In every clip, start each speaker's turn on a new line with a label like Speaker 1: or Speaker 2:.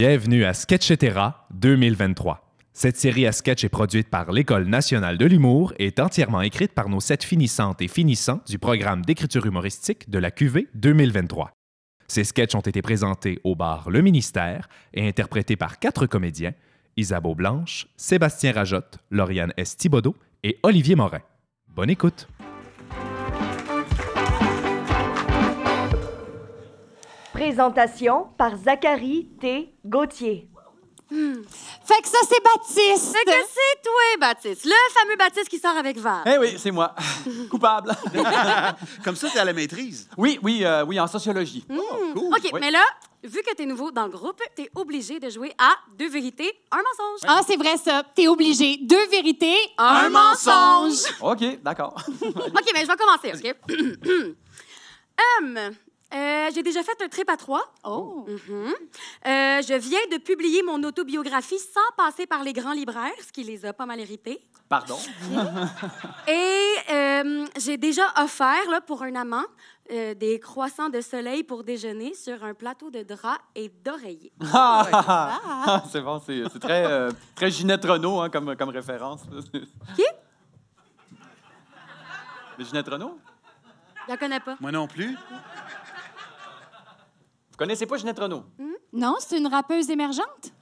Speaker 1: Bienvenue à Sketchetera 2023. Cette série à sketch est produite par l'École nationale de l'humour et est entièrement écrite par nos sept finissantes et finissants du programme d'écriture humoristique de la QV 2023. Ces sketchs ont été présentés au bar Le Ministère et interprétés par quatre comédiens Isabeau Blanche, Sébastien Rajotte, Lauriane S. Thibodeau et Olivier Morin. Bonne écoute!
Speaker 2: Présentation par Zachary T. Gauthier.
Speaker 3: Fait que ça, c'est Baptiste.
Speaker 4: Fait que c'est toi, Baptiste. Le fameux Baptiste qui sort avec Val.
Speaker 5: Eh oui, c'est moi. Coupable.
Speaker 6: Comme ça, t'es à la maîtrise.
Speaker 5: Oui, oui, euh, oui, en sociologie.
Speaker 6: cool.
Speaker 4: OK,
Speaker 5: Oui.
Speaker 4: mais là, vu que t'es nouveau dans le groupe, t'es obligé de jouer à deux vérités, un mensonge. Ah,
Speaker 3: Ah, c'est vrai ça. T'es obligé. Deux vérités,
Speaker 4: Un mensonge.
Speaker 5: OK, d'accord.
Speaker 4: OK, mais je vais commencer, OK? Hum, euh, j'ai déjà fait un trip à trois.
Speaker 3: Oh.
Speaker 4: Mhm. Euh, je viens de publier mon autobiographie sans passer par les grands libraires, ce qui les a pas mal irrités.
Speaker 5: Pardon.
Speaker 4: Et euh, j'ai déjà offert, là, pour un amant, euh, des croissants de soleil pour déjeuner sur un plateau de draps et d'oreillers.
Speaker 5: Ah, ah, ah, c'est bon, c'est c'est très, euh, très Ginette Renault hein, comme, comme référence. Qui? Ginette Renault?
Speaker 4: Je la connais pas.
Speaker 6: Moi non plus.
Speaker 5: Vous connaissez pas Ginette Renault?
Speaker 3: Non, c'est une rappeuse émergente.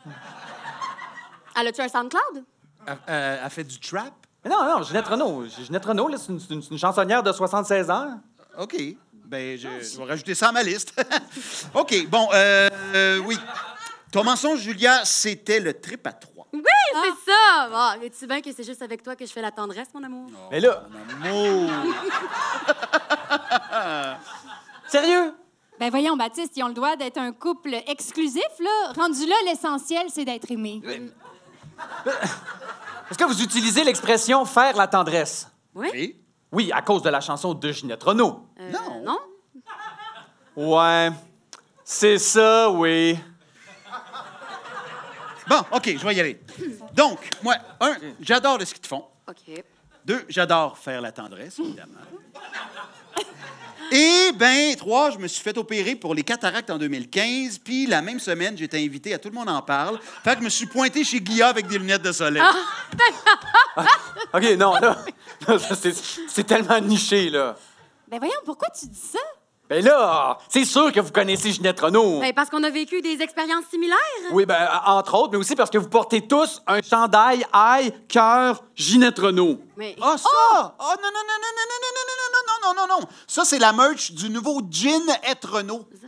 Speaker 4: Elle a-tu un SoundCloud?
Speaker 6: Elle, euh, elle fait du trap.
Speaker 5: Mais Non, non, Ginette Renault. Ginette Renault, là, c'est une, c'est une- c'est une chansonnière de 76 ans.
Speaker 6: OK. Ben, je, je vais rajouter ça à ma liste. OK, bon, euh, euh, oui. Ton mensonge, Julia, c'était le trip à trois.
Speaker 4: Oui, c'est ça! Ah, mais tu bien que c'est juste avec toi que je fais la tendresse, mon amour?
Speaker 5: Mais là,
Speaker 6: Oh!
Speaker 5: sérieux?
Speaker 3: Ben voyons, Baptiste, ils ont le droit d'être un couple exclusif, là. Rendu là, l'essentiel, c'est d'être aimé.
Speaker 5: Est-ce que vous utilisez l'expression faire la tendresse?
Speaker 4: Oui?
Speaker 6: Et?
Speaker 5: Oui, à cause de la chanson de Ginette Renault.
Speaker 4: Euh,
Speaker 6: Non.
Speaker 4: Non?
Speaker 5: Ouais, c'est ça, oui.
Speaker 6: Bon, OK, je vais y aller. Donc, moi, un, j'adore le ski de fond.
Speaker 4: OK.
Speaker 6: Deux, j'adore faire la tendresse, évidemment. Et ben trois, je me suis fait opérer pour les cataractes en 2015, puis la même semaine, j'étais invité à Tout le monde en parle. Fait que je me suis pointé chez Guilla avec des lunettes de soleil.
Speaker 5: OK, non, là, là, ça, c'est c'est tellement niché, là.
Speaker 3: Ben voyons, pourquoi tu dis ça?
Speaker 5: Ben là, c'est sûr que vous connaissez Ginette Renault.
Speaker 4: Ben, parce qu'on a vécu des expériences similaires.
Speaker 5: Oui, ben, euh, entre autres, mais aussi parce que vous portez tous un chandail aïe, cœur, Ginette Renault.
Speaker 4: Mais
Speaker 6: Ah, ça! Oh, non, non, non, non, non, non, non, non, non, non, non, non, non. Ça, c'est la merch du nouveau Gin et Renault.
Speaker 5: Mais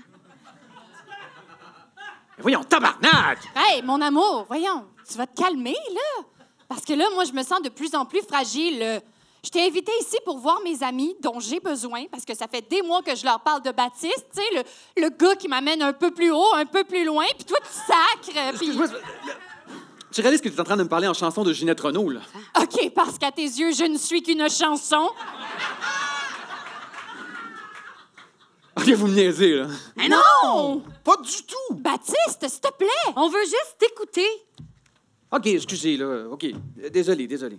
Speaker 5: Ben voyons, tabarnak!
Speaker 3: Hey, mon amour, voyons, tu vas te calmer, là. Parce que là, moi, je me sens de plus en plus fragile. Je t'ai invité ici pour voir mes amis dont j'ai besoin, parce que ça fait des mois que je leur parle de Baptiste, tu sais, le, le gars qui m'amène un peu plus haut, un peu plus loin, puis toi, tu sacres, puis...
Speaker 5: Excuse-moi, Tu réalises que tu es en train de me parler en chanson de Ginette Renault, là?
Speaker 3: OK, parce qu'à tes yeux, je ne suis qu'une chanson.
Speaker 5: OK, vous me niaisez, là.
Speaker 4: Mais non!
Speaker 6: Pas du tout!
Speaker 3: Baptiste, s'il te plaît!
Speaker 4: On veut juste t'écouter.
Speaker 5: OK, excusez, là. OK. Euh, Désolé, désolé.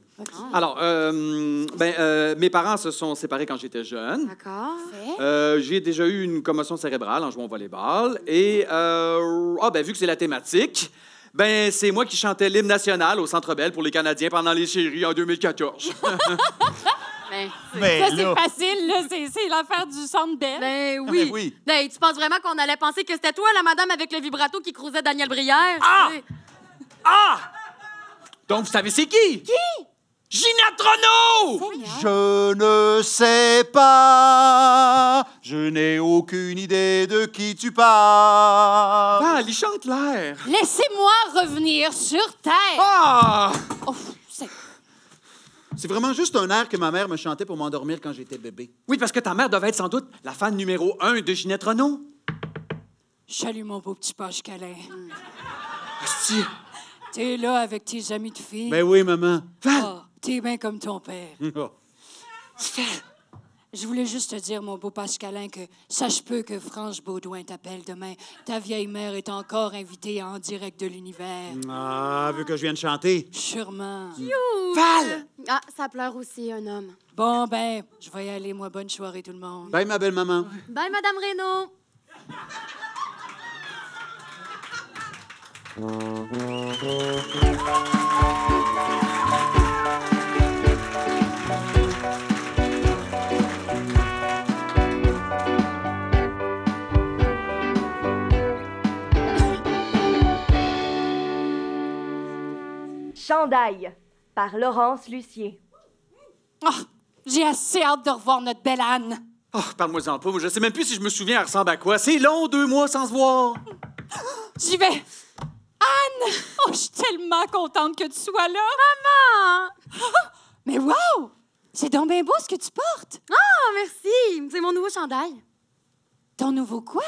Speaker 5: Alors, euh, ben, euh, mes parents se sont séparés quand j'étais jeune.
Speaker 4: D'accord.
Speaker 5: Euh, j'ai déjà eu une commotion cérébrale en jouant au volleyball. Et, euh, ah, ben, vu que c'est la thématique, ben, c'est moi qui chantais l'hymne national au Centre Bell pour les Canadiens pendant les séries en 2014.
Speaker 4: Ben,
Speaker 6: Mais
Speaker 3: Ça, c'est facile, là. C'est, c'est l'affaire du centre belle.
Speaker 4: ben oui.
Speaker 6: Ben oui.
Speaker 4: Ben, tu penses vraiment qu'on allait penser que c'était toi, la madame avec le vibrato qui croisait Daniel Brière?
Speaker 5: Ah!
Speaker 4: Tu sais?
Speaker 5: Donc, vous savez, c'est qui? Qui? Ginette Renault!
Speaker 6: Je ne sais pas, je n'ai aucune idée de qui tu parles.
Speaker 5: Ah, elle y chante l'air.
Speaker 3: Laissez-moi revenir sur terre.
Speaker 5: Ah!
Speaker 3: Oh, c'est-
Speaker 6: C'est vraiment juste un air que ma mère me chantait pour m'endormir quand j'étais bébé.
Speaker 5: Oui, parce que ta mère devait être sans doute la fan numéro un de Ginette Renault.
Speaker 3: Salut, mon beau petit page câlin.
Speaker 5: Asti.
Speaker 3: T'es là avec tes amis de filles.
Speaker 6: Ben oui, maman. Hum. Oh.
Speaker 3: Ah, t'es bien comme ton père. Je voulais juste te dire, mon beau Pascalin, que sache peu que Franche Baudouin t'appelle demain. Ta vieille mère est encore invitée en direct de l'univers.
Speaker 6: Ah, vu que je viens de chanter.
Speaker 3: Sûrement.
Speaker 5: Val!
Speaker 4: Ah, ça pleure aussi, un homme.
Speaker 3: Bon, ben, je vais y aller, moi. Bonne soirée, tout le monde.
Speaker 6: Bye, ma belle maman.
Speaker 4: Bye, madame Renault.
Speaker 2: Chandail par Laurence Lucier.
Speaker 3: Ah, j'ai assez hâte de revoir notre belle Anne.
Speaker 5: Oh, parle-moi-en pas, moi je sais même plus si je me souviens, elle ressemble à quoi. C'est long, deux mois sans se voir.
Speaker 3: J'y vais. Anne! Oh, je suis tellement contente que tu sois là.
Speaker 4: Ah,
Speaker 3: Mais wow! C'est donc bien beau ce que tu portes.
Speaker 4: Ah, merci! C'est mon nouveau chandail.
Speaker 3: Ton nouveau quoi?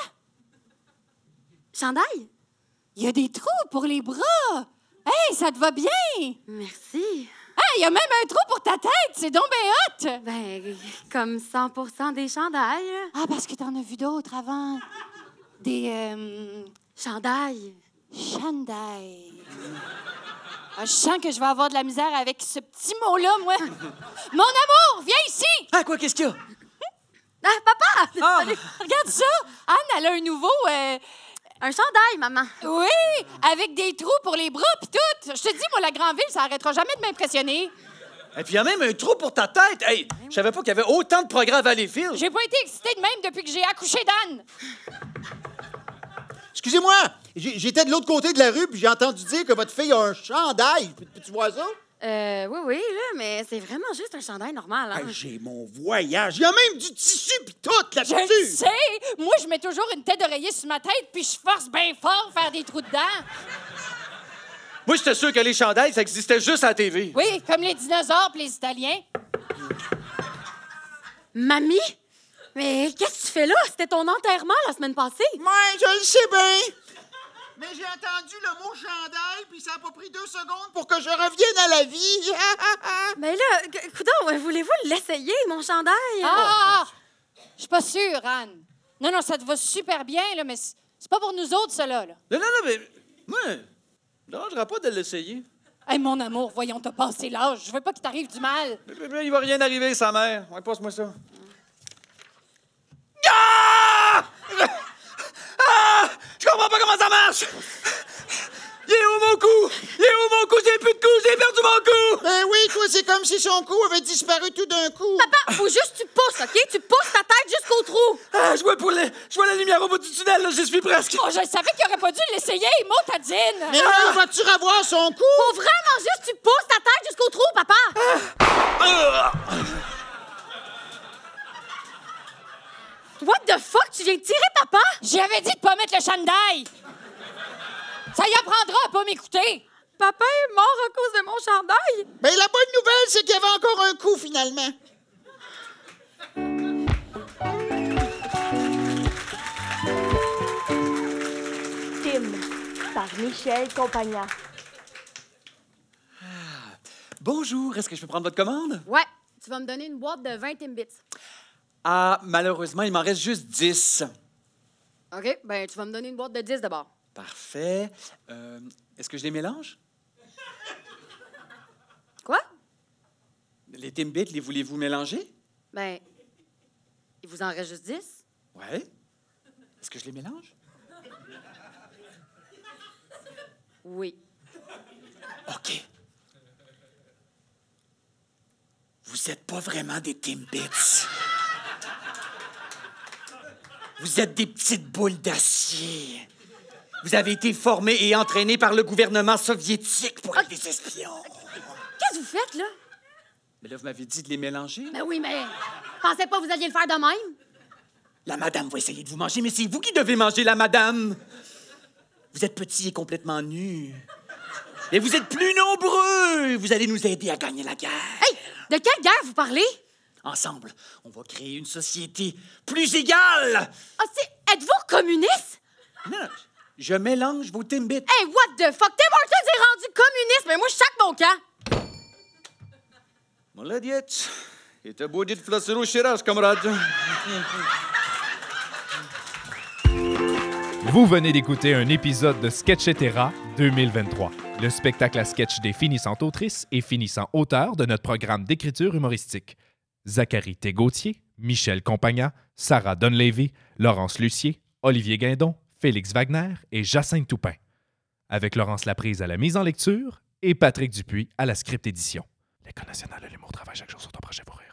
Speaker 4: Chandail?
Speaker 3: Il y a des trous pour les bras. Hey, ça te va bien? Hey,
Speaker 4: Merci.
Speaker 3: il y a même un trou pour ta tête. C'est donc bien hot.
Speaker 4: Ben, comme 100 des chandails. là.
Speaker 3: Ah, parce que t'en as vu d'autres avant. Des... euh,
Speaker 4: Chandail.
Speaker 3: Shandai. Ah, je sens que je vais avoir de la misère avec ce petit mot-là, moi. Mon amour, viens ici!
Speaker 5: Ah, quoi, qu'est-ce qu'il y a?
Speaker 4: Ah, papa!
Speaker 5: Ah,
Speaker 3: Regarde ça! Anne, elle a un nouveau. euh,
Speaker 4: Un chandail, maman.
Speaker 3: oui, avec des trous pour les bras pis tout. Je te dis, moi, la grande ville, ça arrêtera jamais de m'impressionner.
Speaker 5: et puis il y a même un trou pour ta tête. Hey, je savais pas qu'il y avait autant de progrès à Valleyfield.
Speaker 3: J'ai pas été excitée de même depuis que j'ai accouché d'Anne.
Speaker 7: Excusez-moi, j'ai- j'étais de l'autre côté de la rue, puis j'ai entendu dire que votre fille a un chandail. Puis- puis Tu vois ça?
Speaker 4: Euh, oui, oui, là, mais c'est vraiment juste un chandail normal, hein?
Speaker 7: Hey, j'ai mon voyage. Il y a même du tissu, puis tout
Speaker 3: Je le
Speaker 7: là-dessus.
Speaker 3: sais! Moi, je mets toujours une tête d'oreiller sur ma tête puis je force bien fort faire des trous dedans.
Speaker 5: Moi, j'étais sûr que les chandails, ça existait juste à la TV.
Speaker 3: Oui, comme les dinosaures pis les Italiens.
Speaker 4: Mamie? Mais qu'est-ce que tu fais là? C'était ton enterrement la semaine passée.
Speaker 7: Ouais, je le sais bien. Mais j'ai entendu le mot chandail, puis ça n'a pas pris deux secondes pour que je revienne à la vie.
Speaker 4: Mais là, g- coudonc, euh, voulez-vous l'essayer, mon chandail?
Speaker 3: Ah! Je suis pas sûre, Anne. Non, non, ça te va super bien, là, mais c'est c'est pas pour nous autres, cela, là.
Speaker 5: Non, non, non, mais. Moi, ça me dérangera pas de l'essayer.
Speaker 3: Hey, mon amour, voyons, t'as passé l'âge. Je veux pas qu'il t'arrive du mal.
Speaker 5: Mais- mais- mais Il va rien arriver, sa mère. Ouais, passe-moi ça. Ah! Ah! Je comprends pas comment ça marche! Il est où mon cou? Il est où mon cou? J'ai plus de cou! J'ai perdu mon cou!
Speaker 7: ben oui, quoi, c'est comme si son cou avait disparu tout d'un coup.
Speaker 4: Papa, Ah, faut juste que tu pousses, OK? Tu pousses ta tête jusqu'au trou.
Speaker 5: Ah, je vois, pour les- je vois la lumière au bout du tunnel, là, j'y suis presque!
Speaker 3: Oh, je savais qu'il aurait pas dû l'essayer, motadine!
Speaker 7: Mais là, vas-tu revoir son cou?
Speaker 4: Faut vraiment juste que tu pousses ta tête jusqu'au trou, papa. What the fuck? Tu viens de tirer, papa?
Speaker 3: J'avais dit de pas mettre le chandail! Ça y apprendra à pas m'écouter!
Speaker 4: Papa est mort à cause de mon chandail.
Speaker 7: Ben la bonne nouvelle, c'est qu'il y avait encore un coup finalement.
Speaker 2: Tim par Michel Compagna.
Speaker 5: Bonjour, est-ce que je peux prendre votre commande?
Speaker 4: Ouais, tu vas me donner une boîte de 20 Timbits.
Speaker 5: Ah, malheureusement, il m'en reste juste 10.
Speaker 4: OK, ben tu vas me donner une boîte de 10 d'abord.
Speaker 5: Parfait. Euh, est-ce que je les mélange?
Speaker 4: Quoi?
Speaker 5: Les Timbits, les voulez-vous mélanger?
Speaker 4: Ben, il vous en reste juste 10?
Speaker 5: Ouais. Est-ce que je les mélange?
Speaker 4: Oui.
Speaker 5: OK. Vous êtes pas vraiment des Timbits. Vous êtes des petites boules d'acier. Vous avez été formés et entraînés par le gouvernement soviétique pour être des espions.
Speaker 4: Qu'est-ce que vous faites, là?
Speaker 5: Mais là, vous m'avez dit de les mélanger.
Speaker 4: Ben oui, mais pensais pas que vous alliez le faire de même.
Speaker 5: La madame va essayer de vous manger, mais c'est vous qui devez manger la madame. Vous êtes petit et complètement nus. Et vous êtes plus nombreux. Vous allez nous aider à gagner la guerre.
Speaker 4: Hey, de quelle guerre vous parlez?
Speaker 5: Ensemble, on va créer une société plus égale.
Speaker 4: Ah, c'est... Êtes-vous communiste?
Speaker 5: Non, je mélange vos timbits.
Speaker 4: Hey, what the fuck? Tim Hortons est rendu communiste, mais moi, je chaque mon camp.
Speaker 5: Молодец. Это будет флассирующий раз, камрад.
Speaker 1: Vous venez d'écouter un épisode de Sketchetera 2023, le spectacle à sketch des finissantes autrices et finissants auteurs de notre programme d'écriture humoristique. Zachary Tégautier, Michel Compagna, Sarah Dunleavy, Laurence Lucier, Olivier Guindon, Félix Wagner et Jacinthe Toupin. avec Laurence Laprise à la mise en lecture et Patrick Dupuis à la script édition. L'École nationale de l'humour travaille chaque jour sur ton projet pour rire.